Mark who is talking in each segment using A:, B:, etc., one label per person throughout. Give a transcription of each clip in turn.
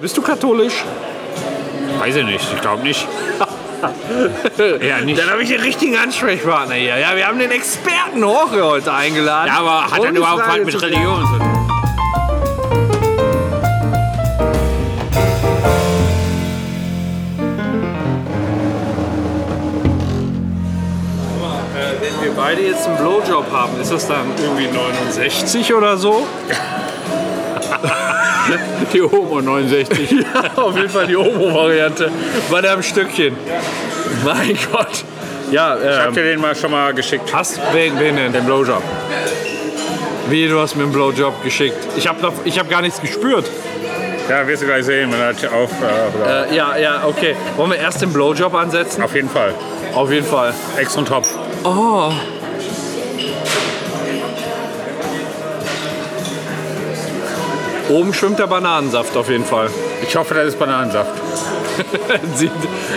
A: Bist du katholisch?
B: Weiß ich nicht, ich glaube nicht. ja, nicht.
A: Dann habe ich den richtigen Ansprechpartner hier. Ja, wir haben den Experten Jorge heute eingeladen.
B: Ja, aber hat
A: um
B: er
A: die
B: überhaupt
A: Frage
B: was mit
A: zu klären.
B: Religion zu tun?
A: Äh, Wenn wir beide jetzt einen Blowjob haben, ist das dann irgendwie 69 oder so?
B: Die Homo 69.
A: Auf jeden Fall die Omo-Variante. Bei einem Stückchen. Mein Gott. Ja,
B: Habt
A: ähm,
B: ihr den mal schon mal geschickt?
A: hast wen, wen denn?
B: Den Blowjob.
A: Wie, du hast mir einen Blowjob geschickt. Ich habe ich hab gar nichts gespürt.
B: Ja, wirst du gleich sehen, wenn er auf. Äh,
A: Äh, ja, ja, okay. Wollen wir erst den Blowjob ansetzen?
B: auf jeden Fall.
A: Auf jeden Fall.
B: Äh. Ex und Topf.
A: Oh. Oben schwimmt der Bananensaft auf jeden Fall.
B: Ich hoffe, das ist Bananensaft.
A: Es sieht,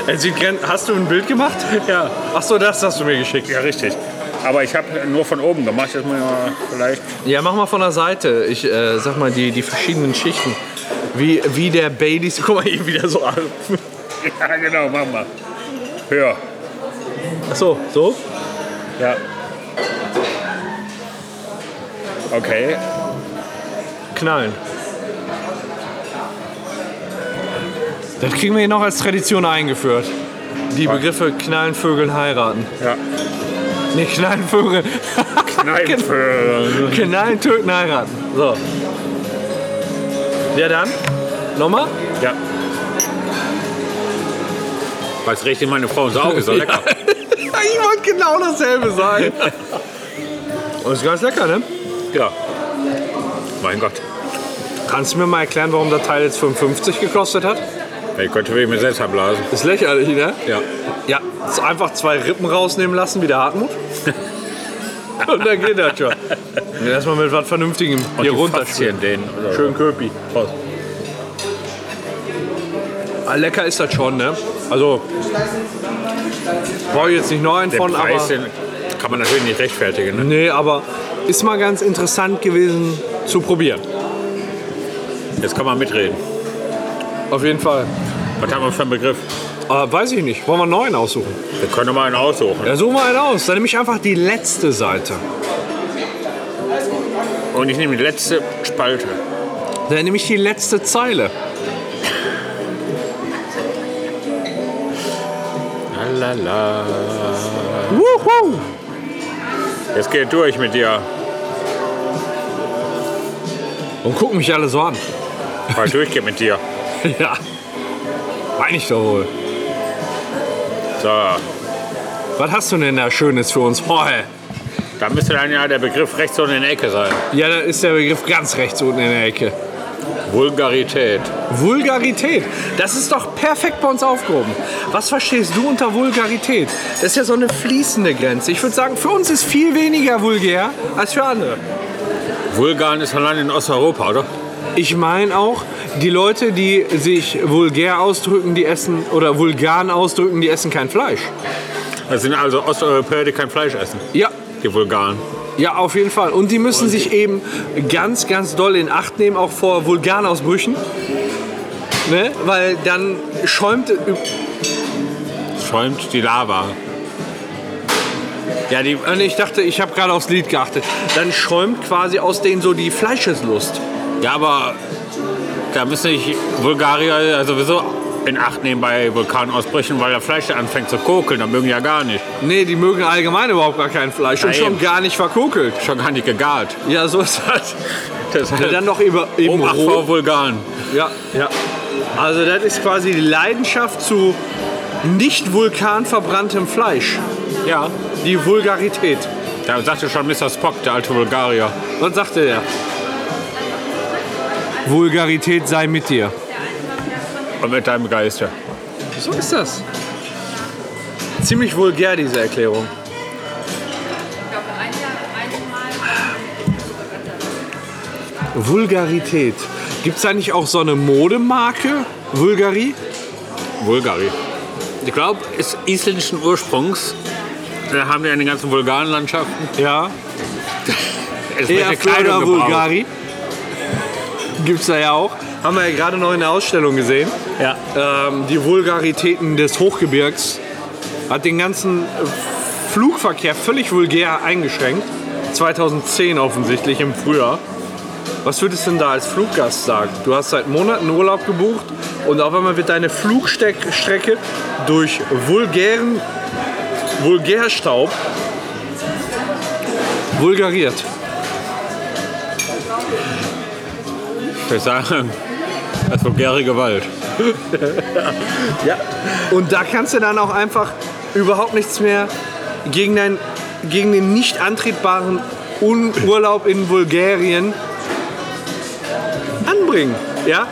A: es sieht gren- hast du ein Bild gemacht?
B: Ja.
A: Ach so, das hast du mir geschickt.
B: Ja, richtig. Aber ich habe nur von oben gemacht. Jetzt muss ich mal vielleicht.
A: Ja, mach mal von der Seite. Ich äh, sag mal die, die verschiedenen Schichten. Wie, wie der Baileys. Guck mal, hier wieder so an.
B: Ja, genau, mach mal. Höher.
A: Ach so, so?
B: Ja. Okay.
A: Knallen. Das kriegen wir hier noch als Tradition eingeführt. Die Begriffe knallen, Vögeln, heiraten.
B: Ja.
A: Nee, knallen, Vögeln.
B: Nein, für.
A: knallen, töten, heiraten. So. Ja, dann. Nochmal?
B: Ja. Was richtig meine Frau ins Auge? ne? So lecker.
A: ich wollte genau dasselbe sagen. Und ist ganz lecker, ne?
B: Ja. Mein Gott.
A: Kannst du mir mal erklären, warum der Teil jetzt 55 gekostet hat?
B: Ich könnte mich mir selbst abblasen.
A: Ist lächerlich, ne?
B: Ja.
A: Ja, ist einfach zwei Rippen rausnehmen lassen, wie der Hartmut. Und dann geht das schon. Ja, Erstmal mit was Vernünftigem hier runterschön.
B: den. also Oh, Oder
A: Schön Köpi. Ah, lecker ist das schon, ne? Also, brauche ich jetzt nicht noch einen
B: Den
A: von,
B: Preis
A: aber.
B: den kann man natürlich nicht rechtfertigen. Ne?
A: Nee, aber ist mal ganz interessant gewesen zu probieren.
B: Jetzt kann man mitreden.
A: Auf jeden Fall.
B: Was haben wir für einen Begriff?
A: Aber Ah, weiß ich nicht. Wollen wir einen neuen aussuchen?
B: Wir können mal einen aussuchen.
A: Ja, suchen wir einen aus. Dann nehme ich einfach die letzte Seite.
B: Und ich nehme die letzte Spalte.
A: Dann nehme ich die letzte Zeile.
B: Lala.
A: Wuhu!
B: Jetzt geht durch mit dir.
A: Und gucken mich alle so an.
B: Mal durchgehen mit dir.
A: Ja. Meine ich doch wohl.
B: So.
A: Was hast du denn da Schönes für uns? Oh, Boah, ey.
B: Da müsste dann ja der Begriff rechts unten in der Ecke sein.
A: ja, da ist der Begriff ganz rechts unten in der Ecke.
B: Vulgarität.
A: Vulgarität. Das ist doch perfekt bei uns aufgehoben. Was verstehst du unter Vulgarität? Das ist ja so eine fließende Grenze. Ich würde sagen, für uns ist viel weniger vulgär als für andere.
B: Vulgan ist ein Land in Osteuropa, oder?
A: Ich meine auch, die Leute, die sich vulgär ausdrücken, die essen, oder vulgan ausdrücken, die essen kein Fleisch.
B: Das sind also Osteuropäer, die kein Fleisch essen.
A: Ja,
B: Die Vulgaren.
A: Ja, auf jeden Fall. Und die müssen sich eben ganz, ganz doll in Acht nehmen, auch vor Vulganausbrüchen. Ne? Weil dann schäumt. äh,
B: Schäumt die Lava.
A: Ja, die, und ich dachte, ich habe gerade aufs Lied geachtet. Dann schäumt quasi aus denen so die Fleischeslust.
B: Ja, aber da müssen sich Bulgarier ja äh, sowieso in Acht nehmen bei Vulkanausbrüchen, weil das Fleisch ja anfängt zu kokeln. Da mögen die ja gar nicht.
A: Nee, die mögen allgemein überhaupt gar kein Fleisch und
B: Ja,
A: schon
B: eben.
A: gar nicht verkokelt.
B: Schon gar nicht gegart.
A: Ja, so ist das.
B: Das
A: Ja, dann noch über, eben
B: Obacht vor
A: roh.
B: Vulgaren.
A: Ja, ja. Also das ist quasi die Leidenschaft zu nicht vulkanverbranntem Fleisch.
B: Ja.
A: Die Vulgarität.
B: Da sagte schon Mr. Spock, der alte Bulgarier.
A: Was sagte der? Vulgarität sei mit dir.
B: Und mit deinem Geiste.
A: So ist das. Ziemlich vulgär, diese Erklärung. Vulgarität. Gibt es da nicht auch so eine Modemarke? Vulgari?
B: Bulgari. Ich glaube, ist isländischen Ursprungs. Da haben wir in den ganzen vulgaren Landschaften.
A: Ja.
B: Es wird eine
A: Eher
B: Kleidung
A: Flora
B: gebraucht.
A: Vulgari. Gibt es da ja auch. Haben wir ja gerade noch in der Ausstellung gesehen.
B: Ja.
A: Ähm, die Vulgaritäten des Hochgebirgs hat den ganzen äh, Flugverkehr völlig vulgär eingeschränkt. 2010 offensichtlich im Frühjahr. Was würdest du denn da als Fluggast sagen? Du hast seit Monaten Urlaub gebucht und auf einmal wird deine Flugstrecke durch vulgären Vulgärstaub vulgariert.
B: Ich würde sagen, das vulgäre Gewalt.
A: Ja. Und da kannst du dann auch einfach überhaupt nichts mehr gegen, dein, gegen den nicht antretbaren Un Urlaub in Bulgarien anbringen. Ja?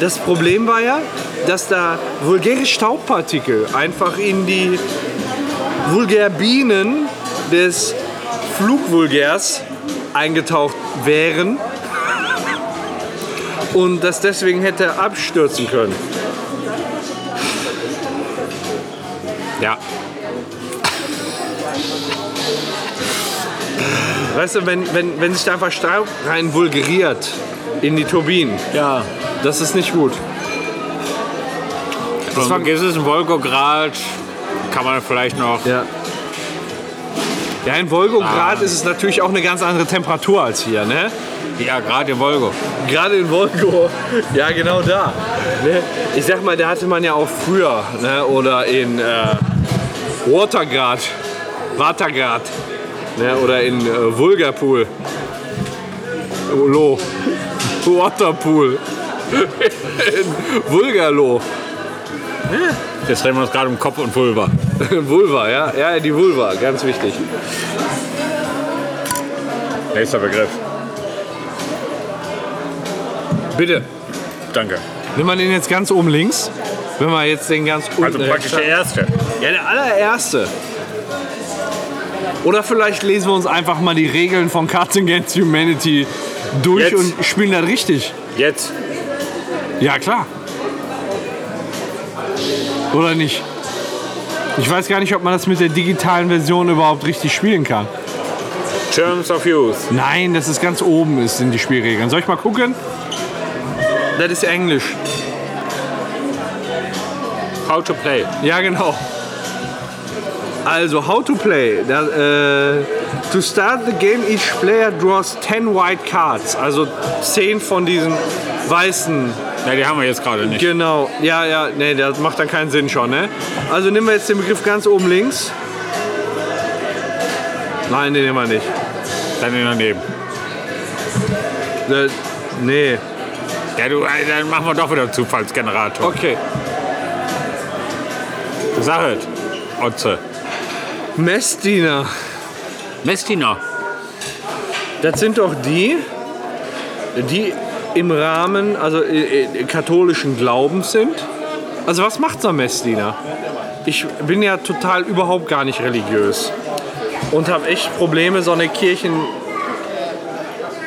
A: Das Problem war ja, dass da vulgäre Staubpartikel einfach in die Vulgärbinen des Flugvulgärs eingetaucht wären und das deswegen hätte abstürzen können.
B: Ja.
A: Weißt du, wenn, wenn, wenn sich da einfach Staub rein vulgariert in die Turbinen,
B: Ja.
A: das ist nicht gut.
B: Das war ist es ein Volgograd, kann man vielleicht noch.
A: Ja. Ja, in Volgograd ist es natürlich auch eine ganz andere Temperatur als hier, ne?
B: Ja, gerade im Volgo.
A: Gerade in Volgo, ja genau da. Ne? Ich sag mal, da hatte man ja auch früher, ne? oder in äh, Watergrad, Watergrad, ne? oder in äh, Vulgarpool. Lo. Waterpool. in Vulgarlo.
B: Jetzt reden wir uns gerade um Kopf und Pulver.
A: Vulva, ja? Ja, die Vulva, ganz wichtig.
B: Nächster Begriff.
A: Bitte,
B: Danke.
A: nimm mal den jetzt ganz oben links. Wenn wir jetzt den ganz unten
B: Also praktisch der erste.
A: Ja, der allererste. Oder vielleicht lesen wir uns einfach mal die Regeln von Cards Against Humanity durch
B: Jetzt.
A: und spielen das richtig.
B: Jetzt.
A: Ja, klar. Oder nicht? Ich weiß gar nicht, ob man das mit der digitalen Version überhaupt richtig spielen kann.
B: Terms of Use.
A: Nein, das ist ganz oben, ist, sind die Spielregeln. Soll ich mal gucken? Das ist Englisch.
B: How to play.
A: Ja, genau. Also, how to play. Da, äh, to start the game, each player draws 10 white cards. Also 10 von diesen weißen.
B: Ja, die haben wir jetzt gerade nicht.
A: Genau. Ja, ja, nee, das macht dann keinen Sinn schon, ne? Also nehmen wir jetzt den Begriff ganz oben links. Nein, den nehmen wir nicht.
B: Dann den daneben.
A: Äh, nee.
B: Ja, du, äh, dann machen wir doch wieder Zufallsgenerator.
A: Okay.
B: Sag es. Otze.
A: Messdiener.
B: Messdiener.
A: Das sind doch die, die im Rahmen also äh, äh, katholischen Glaubens sind. Also was macht so ein Messdiener? Ich bin ja total überhaupt gar nicht religiös und habe echt Probleme, so eine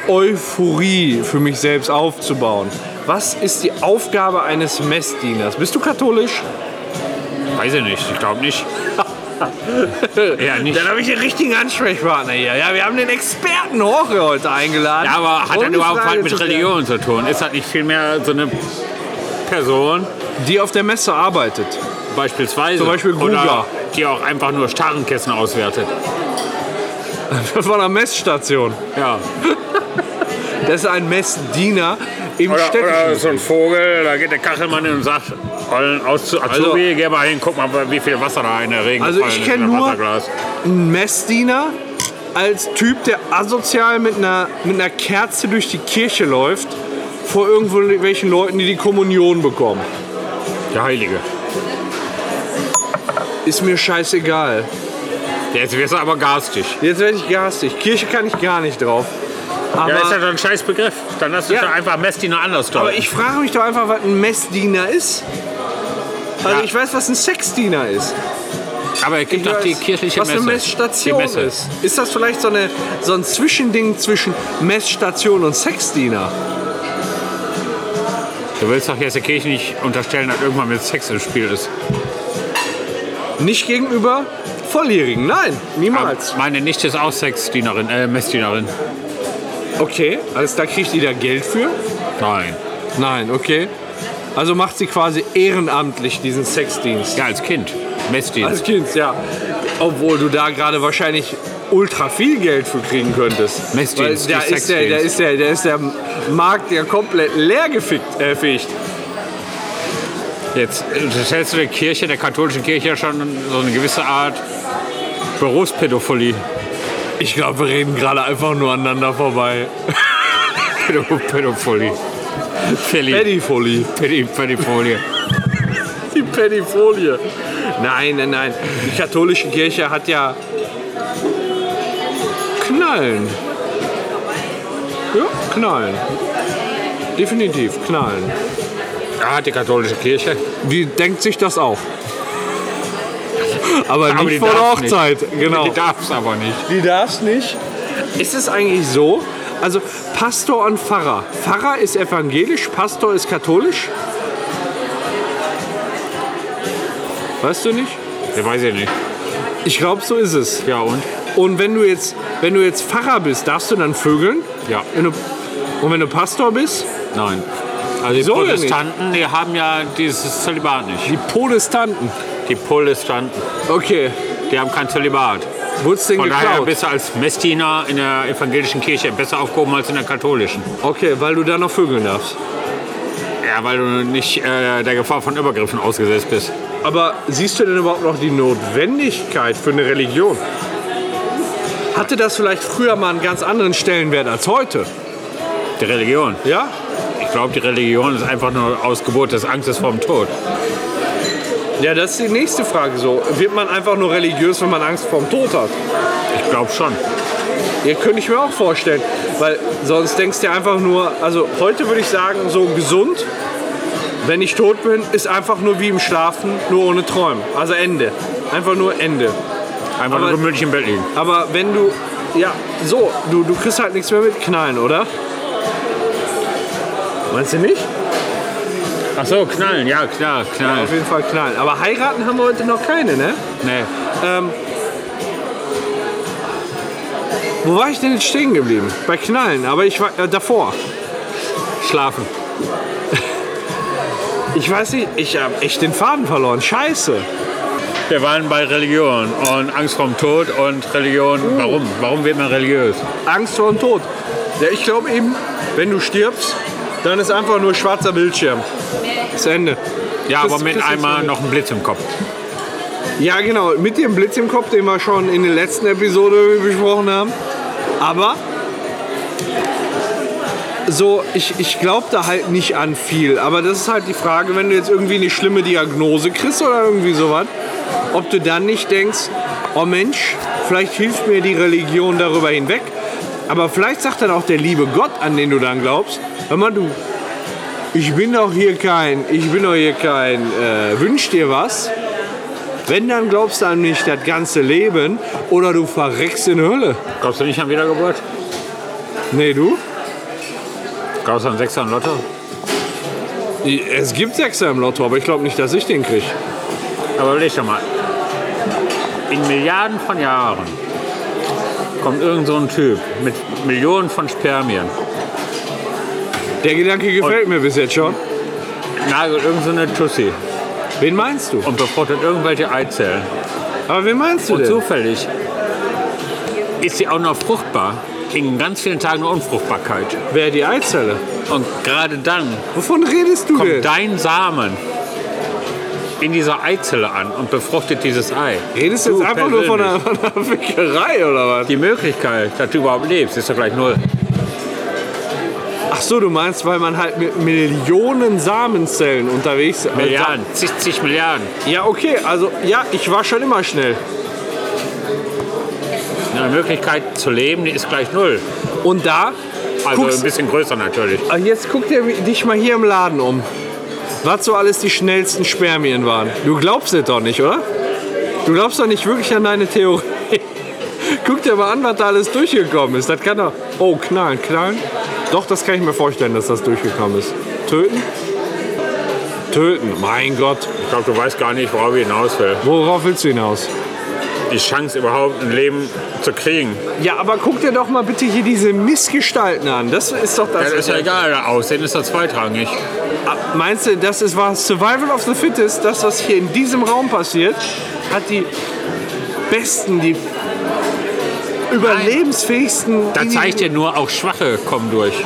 A: Kirchen-Euphorie für mich selbst aufzubauen. Was ist die Aufgabe eines Messdieners? Bist du katholisch?
B: Weiß ich nicht. Ich glaube nicht. ja, nicht.
A: Dann habe ich den richtigen Ansprechpartner hier. Ja, wir haben den Experten Jorge heute eingeladen.
B: Ja, aber hat
A: um
B: das
A: die
B: überhaupt
A: Frage
B: was mit
A: zu klären.
B: Religion zu tun? Ist das nicht vielmehr so eine Person,
A: Die auf der Messe arbeitet.
B: beispielsweise?
A: Zum Beispiel Gruger.
B: Oder die auch einfach nur Starrenkissen auswertet.
A: von der Messstation.
B: Ja.
A: Das ist ein Messdiener im
B: Oder, oder
A: städtischen.
B: so ein Vogel, da geht der Kachelmann hin und sagt, Ollen aus zu Azubi,
A: Also-
B: geh mal hin, guck mal, wie viel Wasser da in der Regen
A: Also ich
B: gefallen ist,
A: kenn
B: in das
A: nur-
B: Wasserglas.
A: Ein Messdiener als Typ, der asozial mit einer, mit einer Kerze durch die Kirche läuft, vor irgendwelchen Leuten, die die Kommunion bekommen.
B: Der Heilige.
A: Ist mir scheißegal.
B: Jetzt wirst du aber garstig.
A: Jetzt werde ich garstig. Kirche kann ich gar nicht drauf. Aber,
B: ja, ist ja doch ein scheiß Begriff. Dann hast du
A: Ja.
B: ja. einfach Messdiener anders
A: aber
B: drauf.
A: ich frage mich doch einfach, was ein Messdiener ist. Also
B: Ja.
A: ich weiß, was ein Sexdiener ist.
B: Aber es gibt
A: Ich
B: doch die
A: weiß,
B: kirchliche
A: was
B: Messe.
A: eine Messstation
B: die Messe.
A: ist. Ist das vielleicht so, eine, so ein Zwischending zwischen Messstation und Sexdiener?
B: Du willst doch jetzt der Kirche nicht unterstellen, dass irgendwann mit Sex im Spiel ist.
A: Nicht gegenüber Volljährigen, nein,
B: Aber
A: niemals.
B: Meine Nichte ist auch Sexdienerin, äh, Messdienerin.
A: Okay, alles da kriegt ihr da Geld für?
B: Nein.
A: Nein, okay. Also macht sie quasi ehrenamtlich diesen Sexdienst.
B: Ja, als Kind. Messdienst.
A: Als Kind, ja. Obwohl du da gerade wahrscheinlich ultra viel Geld für kriegen könntest.
B: Messdienst,
A: Weil da
B: nicht
A: ist der, da ist der, da ist der Markt ja komplett leer gefickt, äh, fegt.
B: Jetzt stellst du der Kirche, der katholischen Kirche ja schon so eine gewisse Art Berufspädophilie.
A: Ich glaube, wir reden gerade einfach nur aneinander vorbei.
B: Pädo- Pädophilie. Pädi-
A: Pettifolie.
B: Pädi- Pädophilie.
A: Die Pettifolie. Nein, nein, nein. Die katholische Kirche hat ja Knallen. Ja, Knallen. Definitiv Knallen.
B: Ah, die katholische Kirche.
A: Die denkt sich das auch. Aber
B: Aber die
A: nicht vor der
B: darf nicht.
A: Hochzeit. Genau.
B: Die darf es aber nicht.
A: Die darf's nicht. Ist es eigentlich so? Also Pastor und Pfarrer. Pfarrer ist evangelisch, Pastor ist katholisch. Weißt du nicht?
B: Ja, weiß ich nicht.
A: Ich glaube, so ist es.
B: Ja, und?
A: Und wenn du jetzt, wenn du jetzt Pfarrer bist, darfst du dann vögeln?
B: Ja.
A: Wenn du, und wenn du Pastor bist?
B: Nein. Also die
A: Wieso denn nicht?
B: Protestanten, die haben ja dieses Zölibat nicht.
A: Die Protestanten.
B: Die Protestanten,
A: Okay.
B: die haben kein Zölibat.
A: Wurde denn
B: Von daher
A: geklaut?
B: bist du als Messdiener in der evangelischen Kirche besser aufgehoben als in der katholischen.
A: Okay, weil du da noch vögeln darfst.
B: Ja, weil du nicht äh, der Gefahr von Übergriffen ausgesetzt bist.
A: Aber siehst du denn überhaupt noch die Notwendigkeit für eine Religion? Hatte das vielleicht früher mal einen ganz anderen Stellenwert als heute?
B: Die Religion.
A: Ja?
B: Ich glaube, die Religion ist einfach nur aus Geburt des Angstes vor dem Tod.
A: Ja, das ist die nächste Frage so. Wird man einfach nur religiös, wenn man Angst vorm Tod hat?
B: Ich glaube schon.
A: Ja, könnte ich mir auch vorstellen. Weil sonst denkst du einfach nur, also heute würde ich sagen, so gesund, wenn ich tot bin, ist einfach nur wie im Schlafen, nur ohne Träumen. Also Ende. Einfach nur Ende.
B: Einfach
A: Aber-
B: nur gemütlich im Bett liegen.
A: Aber wenn du, ja, so, du, du kriegst halt nichts mehr mit Knallen, oder? Meinst du nicht?
B: Ach so, knallen. Ja, klar, knallen.
A: Auf jeden Fall Knallen. Aber heiraten haben wir heute noch keine, ne?
B: Nee.
A: Wo war ich denn jetzt stehen geblieben? Bei Knallen, aber ich war äh, davor.
B: Schlafen.
A: Ich weiß nicht, ich habe echt den Faden verloren. Scheiße.
B: Wir waren bei Religion und Angst vor dem Tod und Religion. Warum? Warum wird man religiös?
A: Angst vor dem Tod. Ja, ich glaube eben, wenn du stirbst, dann ist einfach nur schwarzer Bildschirm. Das Ende.
B: Ja,
A: Das-
B: aber mit
A: das ist
B: einmal
A: so.
B: noch ein Blitz im Kopf.
A: Ja, genau. Mit dem Blitz im Kopf, den wir schon in der letzten Episode besprochen haben. Aber so, ich, ich glaube da halt nicht an viel. Aber das ist halt die Frage, wenn du jetzt irgendwie eine schlimme Diagnose kriegst oder irgendwie sowas, ob du dann nicht denkst, oh Mensch, vielleicht hilft mir die Religion darüber hinweg. Aber vielleicht sagt dann auch der liebe Gott, an den du dann glaubst, hör mal, du, ich bin doch hier kein, ich bin doch hier kein, äh, wünsch dir was. Wenn, dann glaubst du an mich das ganze Leben oder du verreckst in Hölle.
B: Glaubst du nicht an Wiedergeburt?
A: Nee, du?
B: Glaubst du an Sechser und Lotto?
A: Es gibt Sechser im Lotto, aber ich glaube nicht, dass ich den kriege.
B: Aber überleg doch mal. In Milliarden von Jahren kommt irgend so ein Typ mit Millionen von Spermien.
A: Der Gedanke gefällt mir bis jetzt schon.
B: Nagelt irgend so eine Tussi
A: Wen meinst du?
B: und befruchtet irgendwelche Eizellen.
A: Aber wen meinst du
B: Und
A: denn?
B: zufällig ist sie auch noch fruchtbar. In ganz vielen Tagen eine Unfruchtbarkeit.
A: Wer die Eizelle?
B: Und gerade dann
A: Wovon redest du
B: kommt
A: denn?
B: dein Samen in dieser Eizelle an und befruchtet dieses Ei.
A: Redest du jetzt
B: Du
A: einfach nur von einer,
B: persönlich.
A: von einer Fickerei oder was?
B: Die Möglichkeit, dass du überhaupt lebst, ist doch gleich null.
A: Ach so, du meinst, weil man halt mit Millionen Samenzellen unterwegs ist.
B: Milliarden, zig, zig Milliarden.
A: Ja, okay, also ja, ich war schon immer schnell.
B: Eine Möglichkeit zu leben, die ist gleich null.
A: Und da
B: Also
A: guckst,
B: ein bisschen größer natürlich.
A: Ah, Jetzt guck dir dich mal hier im Laden um. Was so alles die schnellsten Spermien waren. Du glaubst es doch nicht, oder? Du glaubst doch nicht wirklich an deine Theorie. Guck dir mal an, was da alles durchgekommen ist. Das kann doch. Oh, knallen, knallen. Doch, das kann ich mir vorstellen, dass das durchgekommen ist. Töten? Töten, mein Gott.
B: Ich glaube, du weißt gar nicht, worauf ich hinaus will.
A: Worauf willst du hinaus?
B: die Chance überhaupt ein Leben zu kriegen.
A: Ja, aber guck dir doch mal bitte hier diese Missgestalten an. Das ist doch das.
B: Das ist ja egal, Aussehen ist das zweitrangig.
A: Ah, Meinst du, das ist war Survival of the Fittest, das, was hier in diesem Raum passiert, hat die besten, die überlebensfähigsten.
B: Da
A: Individuen-
B: zeigt dir nur, auch Schwache kommen durch.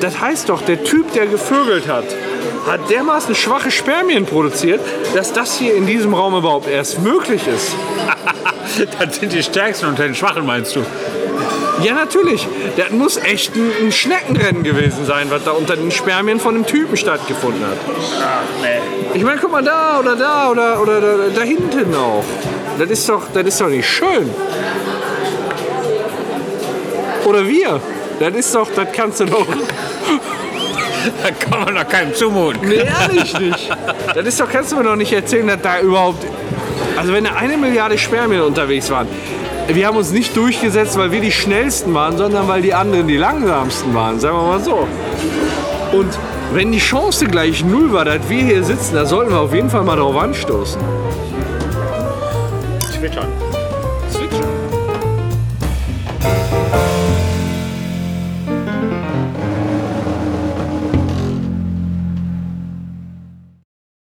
A: Das heißt doch, der Typ, der gevögelt hat, hat dermaßen schwache Spermien produziert, dass das hier in diesem Raum überhaupt erst möglich ist.
B: das sind die Stärksten unter den Schwachen, meinst du?
A: Ja, natürlich. Das muss echt ein, ein Schneckenrennen gewesen sein, was da unter den Spermien von dem Typen stattgefunden hat. Ich meine, guck mal da oder da oder, oder da, da hinten auch. Das ist, doch, das ist doch nicht schön. Oder wir. Das ist doch, das kannst du doch.
B: Da kann man doch keinem zumuten.
A: Nee, ehrlich nicht. Das ist doch, kannst du mir doch nicht erzählen, dass da überhaupt. Also, wenn da eine Milliarde Spermien unterwegs waren, wir haben uns nicht durchgesetzt, weil wir die schnellsten waren, sondern weil die anderen die langsamsten waren, sagen wir mal so. Und wenn die Chance gleich null war, dass wir hier sitzen, da sollten wir auf jeden Fall mal drauf anstoßen.
B: Twitter.
A: Switchen.